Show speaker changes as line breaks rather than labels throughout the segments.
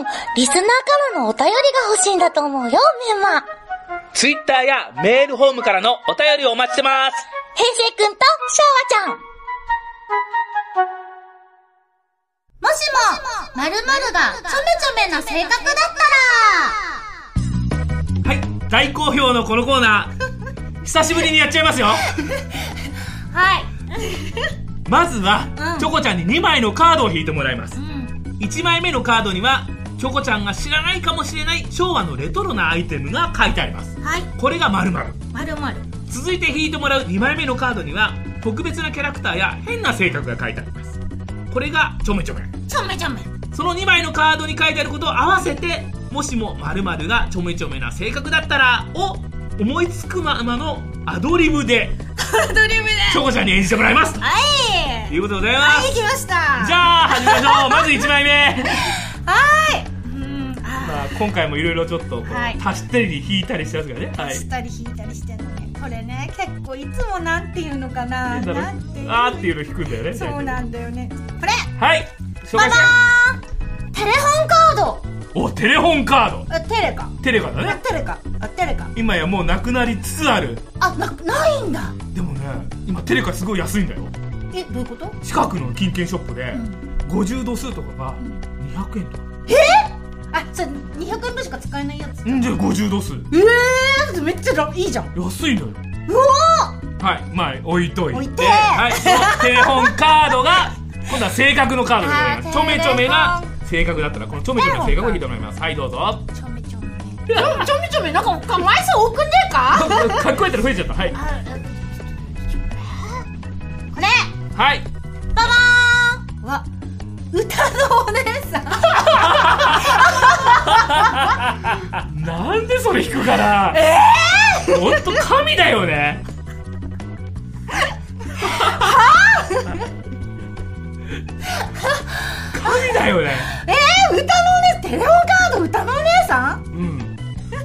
ん、リスナーからのお便りが欲しいんだと思うよ、メンマ。
ツイッターやメールフォームからのお便りをお待ちしてます。
平成くんとシャワちゃん。もしも、まるまるがちょめちょめな性格だった
はい、大好評のこのコーナー、久しぶりにやっちゃいますよ。
ら、はい。
まずは、
うん
チョコちゃんに2枚のカードを引いてもらいます
う。ん。
1枚目のカードには、チョコちゃんが知らないかもしれない昭和のレトロなアイテムが書いてあります。
はい。
これが〇〇。
まるまる。
続いて引いてもらう2枚目のカードには、特別なキャラクターや変な性格が書いてあります。これがちょめちょめ。
ちょめちょめ。
その2枚のカードに書いてあることを合わせてもしも〇〇がちょめちょめな性格だったらを思いつくままのアドリブで
ドリブで。
チョコちゃんに演じてもらいますと
はい。
いうことでございま
はい、
す
来ました。
じゃあ始めましょうまず1枚目
はい。うん。あ
まあ今回もいろいろちょっとこ
はいう
足したり引いたりしてますからね
ー、
はい
したり引いたりしてんのね。これね、結構いつもなんていうのかな。
だから
なんていう。
あーっていうの引くんだよね
そうなんだよね。これ。
はい紹
バ
介し
バ
て
ーン。テレホンカー
おテレホンカード
ド。あ、テレか。
テレカだ
あ、
ね
テレか。あ、テレか。
今やもうなくなりつつある
あ、な、ないんだ。
でもね今テレカすごい安いんだよ
え、どういうこと。
近くの金券ショップで
ん
50度数とかが200円とか、
あ、それ二百円分しか使えないやつ。
ん、じゃあ50度数
ええー、めっちゃらいいじゃん。
安いのよ
うお
はいまあ置いといて
置いて
はい、そのテレホンカード が今度は性格のカードでございますち
あ
ょ
ーテ
め
レ
ち
ホン
ょめな性格だったらこのちょめちょめな性格を引いてもらいますはいど うぞ
ちょめちょめ。ちょめちょめ、なんか、枚数多くねえか。
かっこいいやったら増えちゃったはい
あ、あこれ。
はい
ババーン。わ。歌のお姉さん。
なんでそれ引くかなええほんと神だよね神だよね
ええー、歌のお姉、テレホンカード、歌のお姉さん。
うん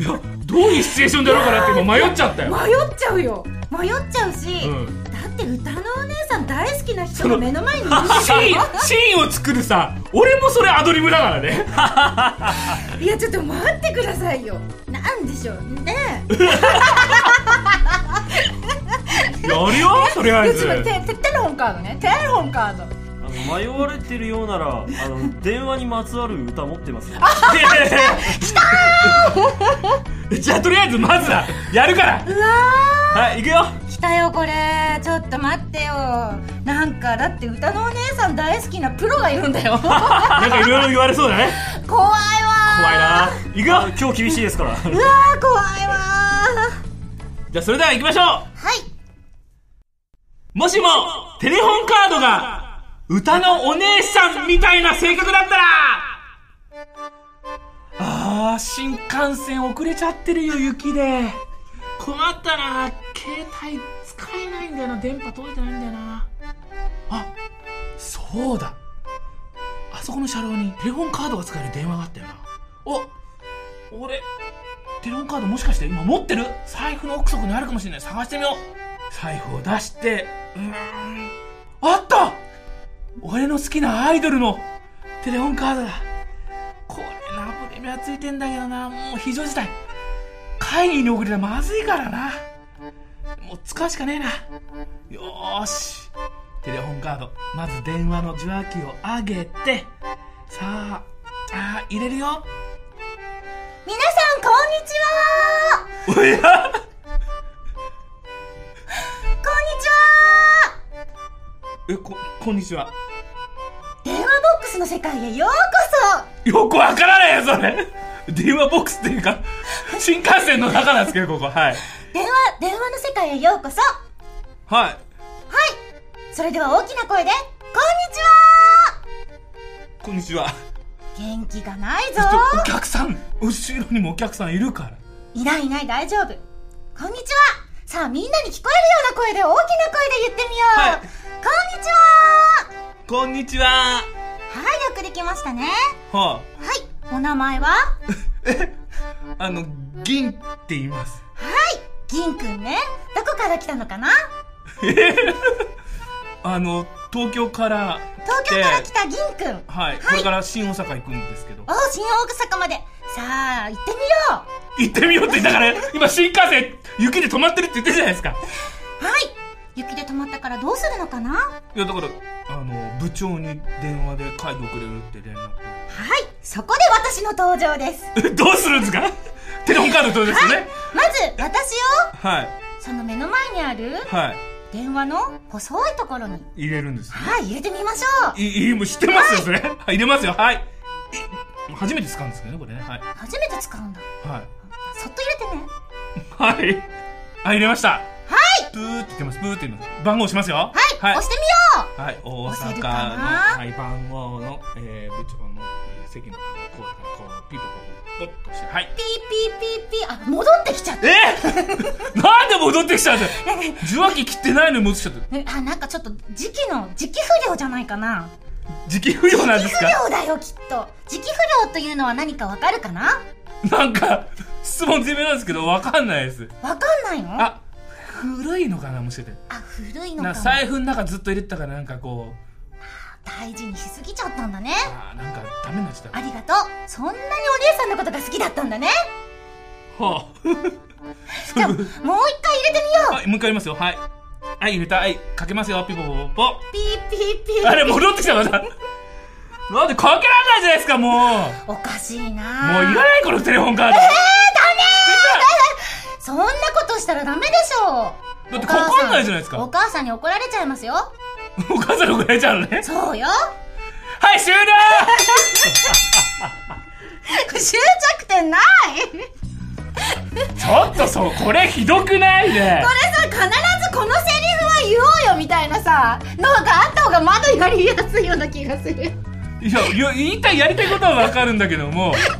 いやどういうシチュエーションだろうかなって今迷っちゃったよ
迷っちゃうよ。迷っちゃうし。
うん
だって、歌のお姉さん、大好きな
そ
人
の
が目の前にいるんでし
シ
ょ。
ーンシーンを作るさ俺もそれアドリブだからね
いやちょっと待ってくださいよなんでしょうねえ
やるよとりあえ
うち
ず
のテテテレホンカードねテレホンカード
あの迷われてるようならあの電話にまつわる歌持ってますよ
きた じゃあとりあえずまずはやるから
うわ
はい行くよ
ー来たよこれちょっと待ってよなんかだって歌のお姉さん大好きなプロがいるんだ よ怖いわ
なんかいろいろ言われそうだね
ー
怖い な行くよ
あ今日厳しいですから
うわー怖いわ
じゃあそれでは行きましょ
ーはいう
もしもテレホンカードが歌のお姉さんみたいな性格だったらあー新幹線遅れちゃってるよ雪で困ったな携帯使えないんだよな電波届いてないんだよなあそうだあそこの車両にテレホンカードが使える電話があったよなお俺テレホンカードもしかして今持ってる財布の奥底にあるかもしれない探してみよう財布を出してうーんあった俺の好きなアイドルのテレホンカードだこれなプレミアついてんだけどなもう非常事態会議に送りたらまずいからなもう使うしかねえなよーしテレホンカードまず電話の受話器を上げてさああー入れるよ
皆さんこんにちは
おや
こんにちは
えここんにちは
電話ボックスの世界へようこそ
よくわからないよそれ電話ボックスっていうか新幹線の中なんですけどここはい
電話電話の世界へようこそ
はい
それでは大きな声で、こんにち
こんにちは
は元気がない
ち
ぞ
ょっとお客さん後ろにもお客さんいるから
いないいない大丈夫こんにちはさあみんなに聞こえるような声で大きな声で言ってみよう、
はい
こんにちは
こんにちは
はい、よくできましたね。
は
はい、お名前はは
ああの銀って言います
い、銀くんね。どこから来たのかな
あの東京から
東
来て
京から来た銀くん
はい、これから新大阪行くんですけど
おう新大阪までさあ行ってみよう
行ってみようって言ったから今新幹線雪で止まってるって言ってるじゃないですか
はい雪で止まったからどうするのかなはい
やだからあの部長に電話で帰ってくれるって連絡
いそこで私の登場です
えどうするんですかテレホンカード取るんですよね
まず私を
はい
その目の前にある
はい
電話の細いところに
入れるんですよ
はい入れてみましょう
いいいもう知ってますよそれはい入れますよはいい初めて使うんですけどねこれねはい
初めて使うんだ
はい
そっと入れてね
はいあ入れましたはいブーって言ってますブーって言います番号押しますよ
はい、
はい
押してみよう
はい、大
押せ
阪
る
の、
かな
はい、番号の、えー、部長の、えー、席の番号こう、こう、ピッとこう、ポッと押して、はい。
ピーピーピーピーあ戻ってきちゃった
えなんで戻ってきちゃうんだよ受話器切ってないのに戻ってきちゃった。
えあなんかちょっと時期の時期不良じゃないかな
時期不良なんです
不
か
良だよきっと時期不良というのは何かわかるかな
なんか、質問攻めなんですけど、わかんないです。
わかんないのあ
あ、古いのかな、もしかして。
古いの
な
か
んか
も
財布の中ずっと入れてたから、なんかこう、
大事にしすぎちゃったんだね
あーなんかダメになっちゃった。
あ
は
りがとうそんなにお姉さんのことが好きだったんだね
あ、
じゃあもう一回入れてみよう
はい、もう一回やりますよ。はい。はい、入れた。はい、かけますよ。ピポポポポ。
ピーピーピー
あれ戻って きたまたなんでかけられないじゃないですかもう
おかしいな
もういらないこのテレホンカード、
そんなことしたらダメでしょう
だって
お母さ
かかんないじゃないですか
お母さんに怒られちゃいますよ
お母さんの怒られちゃうのね
そうよ
はい終了
終着点ないこれ
ちょっとそうこれひどくないね
さ必ずこのセリフは言おうよみたいなさのがあった方がまだやりやすいような気がする
いやいや言いたいやりたいことはわかるんだけども
だって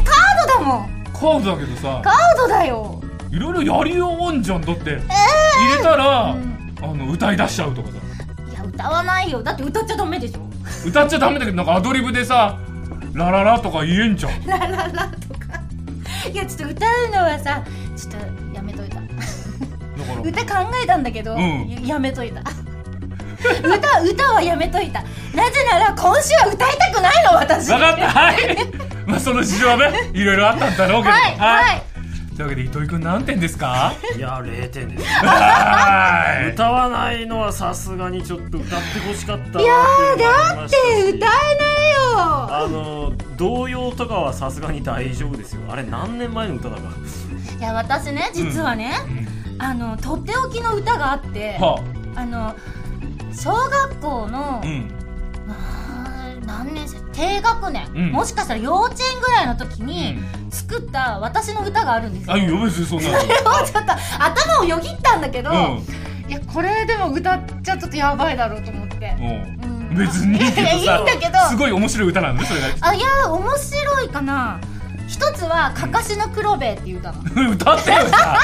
カードだもん
カードだけどさ
カードだよ
いろいろやりようんじゃんだって入れたら、あの歌い出しちゃうとかさ
いや歌わないよだって歌っちゃダメでしょ
歌っちゃダメだけどなんかアドリブでさラララとか言えんじゃん
ラララとかいやちょっと歌うのはさちょっとやめといた
だから
歌考えたんだけど、
うん
ややめといた 歌歌はやめといたなぜなら今週は歌いたくないの私
分かったはい まあその事情はねいろいろあったんだろうけど
はいはい
というわけで糸井くん何点です か
いや0点です
は
歌わないのはさすがにちょっと歌ってほしかった
いやーだって
ないうのもありましたし
て歌えないよ
あの童謡とかはさすがに大丈夫ですよあれ何年前の歌だか
いや私ね実はね、
い、
あのとっておきの歌があって、
は
あの小学校の
あ、うん
あー何年生低学年、
うん
もしかしたら幼稚園ぐらいの時に作った私の歌があるんですよ、
あいや別にそんなの
もうちょっと頭をよぎったんだけど、
うん
いやこれでも歌っちゃちょっとやばいだろうと思って、
うん
うん
別にいいけどさ
いやいいんだけど
すごい面白い歌なのねそれ
あいや面白いかな一つは「かかしの黒兵衛」っていう歌なのもう
が歌ってよさ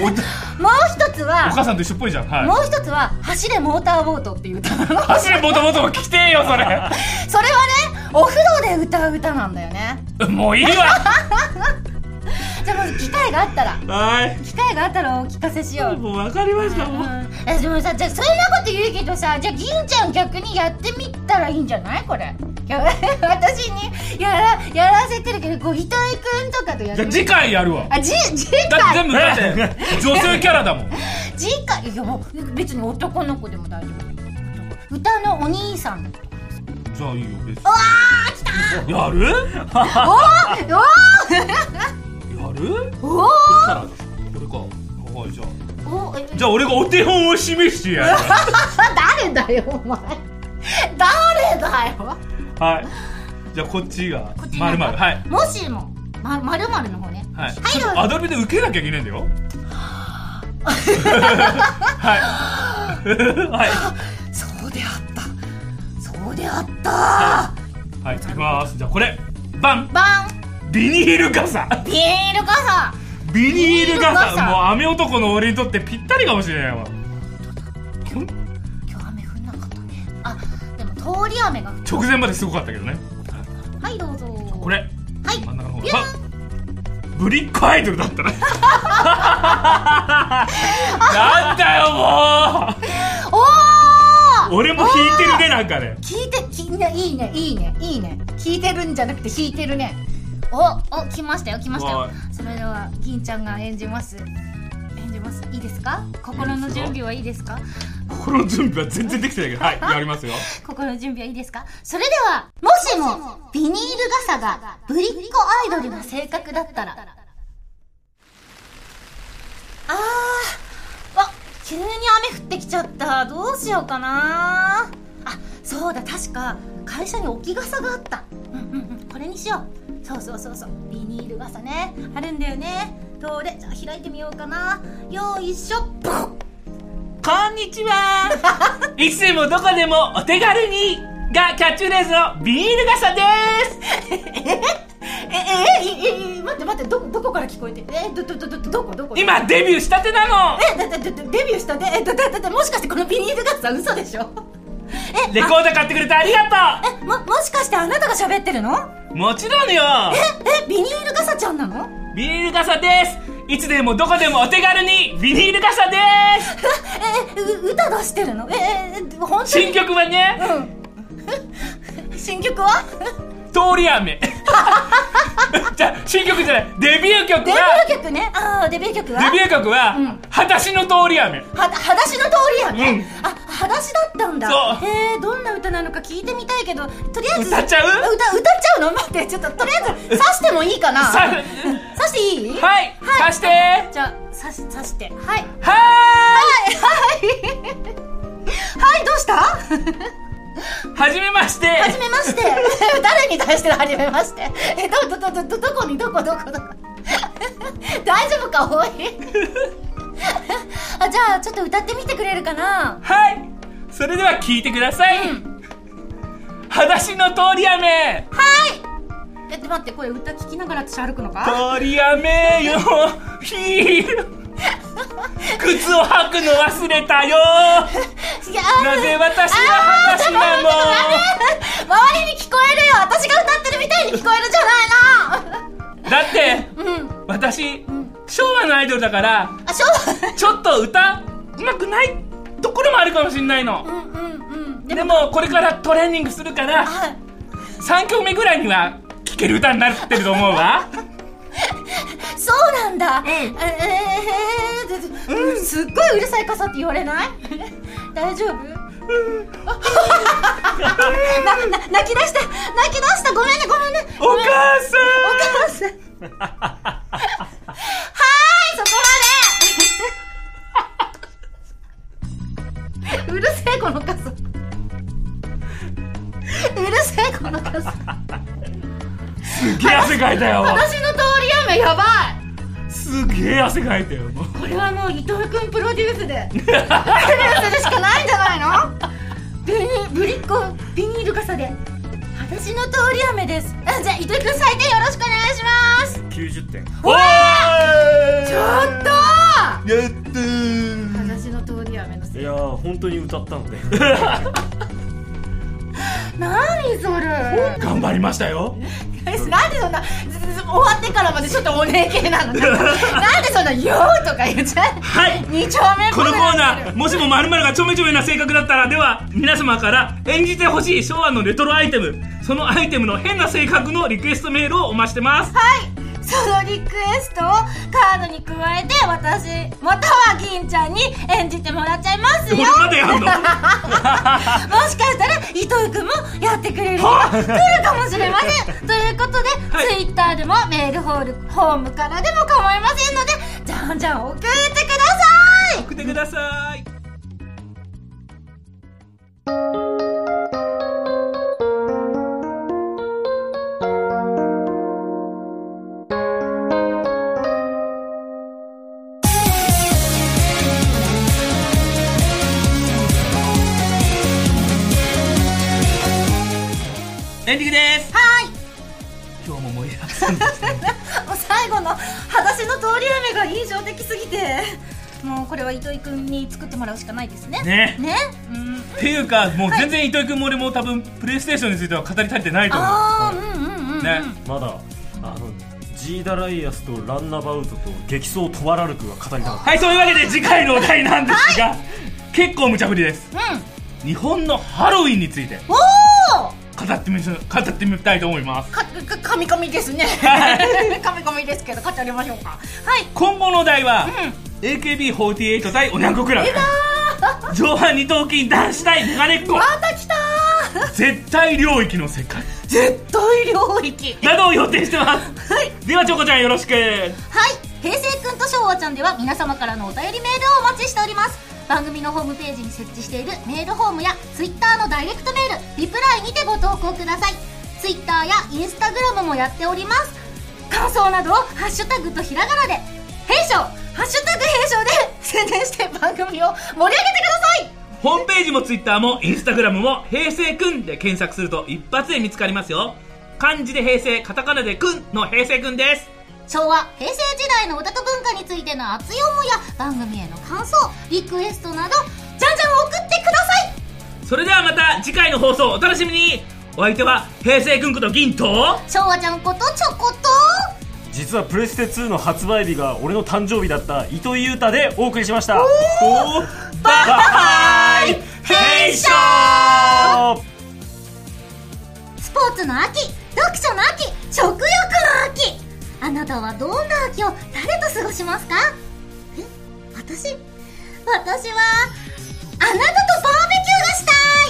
お歌
一つ
お
は
母さんと一緒っぽいじゃん
も
は
う一つは「走れモーターボート」っていう 歌なの
い走れボトボトも聞きてえよそれ
それはねお風呂で歌う歌なんだよね
もういいわ
じゃあもう機会があったら
はい
機会があったらお聞かせしよう
もう分かりましたもう
えでもさじゃあそんなこと言うけどさじゃあ銀ちゃん逆にやってみたらいいんじゃないこれいや 私にやらやらせてるけどこう糸井くんとかとや
じ
って
ゃあ
み
次回やるわ
あじ次
だって
回
全部だって女性キャラだもん
次回いやもう別に男の子でも大丈夫歌のお兄さん
じゃあいいよ別に
わー来た
やる
ー
やる
おー
これかはいじゃあ
おーおーえ
じゃあ俺がお手本を示してやる
誰だよお前誰だよ
はいじゃあこっちが
こっち
まるまるはい
もしもままるまるの方ね
はい、
はいどうぞ
アドリブで受けなきゃいけないんだよはいはい
そうであったそうであった
はいいきますじゃあこれバン
バン
ビニール傘
ビール傘
ビニール
ビニール
傘
傘
もう雨男の俺にとってぴったりかもしれないわほん
今日雨降んなかったねあでも通り雨が降っ
直前まですごかったけどね
たはいどうぞ
これ
はい
真ん中の方
ビューン
あぶりっ子アイドルだったねなんだよもう
おー
俺も弾いてるねなんかね
聞いてきねいいねいいねいいね聞いてるんじゃなくて弾いてるねおお来ましたよ来ました
は
よ
い
それでは銀ちゃんが演じます演じますいいですか心の準備はいいですか
心の準備は全然できてないけどはいやりますよ
心の準備はいいですかそれではもしもビニール傘がぶりっ子アイドルの性格だったらあーあ急に雨降ってきちゃったどうしようかなあそうだ確か会社に置き傘があったうんうんうんこれにしようそうそうそうそうビニール傘ねあるんだよねどれじゃあ開いてみようかなよいしょポン
こんにちはいつでもどこでもお手軽にがキャッチフレーズのビニール傘です
ええええええ待って待ってどどこから聞こえてえどどどどどこどこ
今デビューしたてなの
えだだだだデビューしたねえだだだだもしかしてこのビニール傘嘘でしょえ
レコード買ってくれてありが
えももしかしてあなたが喋ってるの
とうもちろんよ
ええビニール傘ちゃんなの
ビニール傘ですいつでもどこでもお手軽にビニール傘で
えう歌出してるのえええ本
す
当
新
に
曲はね
うん 新曲は
通り雨 じゃあ新曲じゃないデビュー曲
デビ
は
ュー曲ねああデビュー曲は
デビュー曲は
うん
「裸足の通り雨
は裸足の通りやね、あ裸足だったんだ
そう
へえどんな歌なのか聞いてみたいけどとりあえず
歌っちゃう
歌歌っちゃうの待ってちょっととりあ えず刺してもいいかな」
さ
刺していい
はい貸して
じゃあ刺し刺してはい
は
はいどうしたは
ーいはじめまして
じめまして 誰に対してのはじめましてえどどどどどどこにどこどこどこ 大丈夫かおい あじゃあちょっと歌ってみてくれるかな
はいそれでは聞いてください、裸足の通り雨
え待ってこれ歌聞きながら私歩くのか
通り雨よヒール靴を履くの忘れたよ
いや
なぜ私は裸足なの
周りに聞こえるよ私が歌ってるみたいに聞こえるじゃ
だって
ないのうん
私昭和のアイドルだから
あしょう
ちょっと歌うまくないところもあるかもしれないの
うんうんうんで
でもこれからトレーニングするから
はい
3曲目ぐらいには聴ける歌になってると思うわ
そうなんだ、
ん
ええーでですっごいうるさい傘って言われない大丈夫なな泣き出した泣き出したごめんねごめんね
お母さ
お
ん
母さんはーいそこまでうるせえこの傘うるせえこの傘
すげえ汗かいたよ
私の通り雨やばい
すげえ汗かいたよもう
これはもう伊藤君プロデュースでプロデュースでしかないんじゃないのビニブリッコビニール傘で私の通り雨ですあじゃあ伊藤君採点よろしくお願いしますち
90点
おー
ょっと
やったー
私の通り雨のせ
い
い
やー本当に歌ったので
何それ
頑張りましたよ
なんでそんなずずず終わってからまでちょっとお礼 系なのなんでそんな「よー」とか言っちゃう
はい
二丁目っぽ
こ
く
のコー
な
ナ
ってる
ーもしも〇〇がちょめちょめな性格だったらでは皆様から演じてほしい昭和のレトロアイテムそのアイテムの変な性格のリクエストメールをお待ちしてます
はいそのリクエストをカードに加えて私または銀ちゃんに演じてもらっちゃいますよ
これまでやんの
もしかしたら伊藤君もやってくれる日が
は
来るかもしれませ んということで、
はい
ツイッターでもメールホールホームからでも構いませんのでじゃんじゃん送ってください
送ってくださいエンディングです
はい
今日も盛りだくさんでしたね
もう最後の裸足の通り雨が印象的すぎてもうこれは糸井君に作ってもらうしかないですね
ね
ねうん
っていうかもう全然糸井君も俺も多分プレイステーションについては語り足りてないと思う
ああうんうんうん、うん、
ね
まだあのジーダライアスとランナバウトと激走トワラルクが語りたかった
はいそういうわけで次回のお題なんですが、結構無茶ぶりです
うん
日本のハロウィンについて
おお
語ってみせ語ってみたいと思います
かかかみかみですね かみかみですけど語りましょうかはい
今後のお題は、
うん
AKB48 対おにゃんこクラブ上半二頭筋男子対メガネっ子
また来たー
絶対領域の世界
絶対領域
などを予定してます
はい
ではチョコちゃんよろしく
はい平成くんと昭和ちゃんでは皆様からのお便りメールをお待ちしております番組のホームページに設置しているメールフォームやツイッターのダイレクトメールリプライにてご投稿くださいツイッターやインスタグラムもやっております感想などをハッシュタグとひらがなで弊社ハッシュタグ弊社で宣伝して番組を盛り上げてください
ホームページもツイッターもインスタグラムも「平成くん」で検索すると一発で見つかりますよ漢字で平成カタカナでくんの平成くんです
昭和平成時代のオタク文化についての熱い思いや番組への感想リクエストなどじゃんじゃん送ってください
それではまた次回の放送お楽しみにお相手は平成くんこと銀と
昭和ちゃんことチョコと
実はプレステ2の発売日が俺の誕生日だった伊藤優太でお送りしました
おバイ
バイ
弊社
スポーツの秋読書の秋食欲の秋あなたはどんな秋を誰と過ごしますかえ私私はあなたとバーベキューがしたい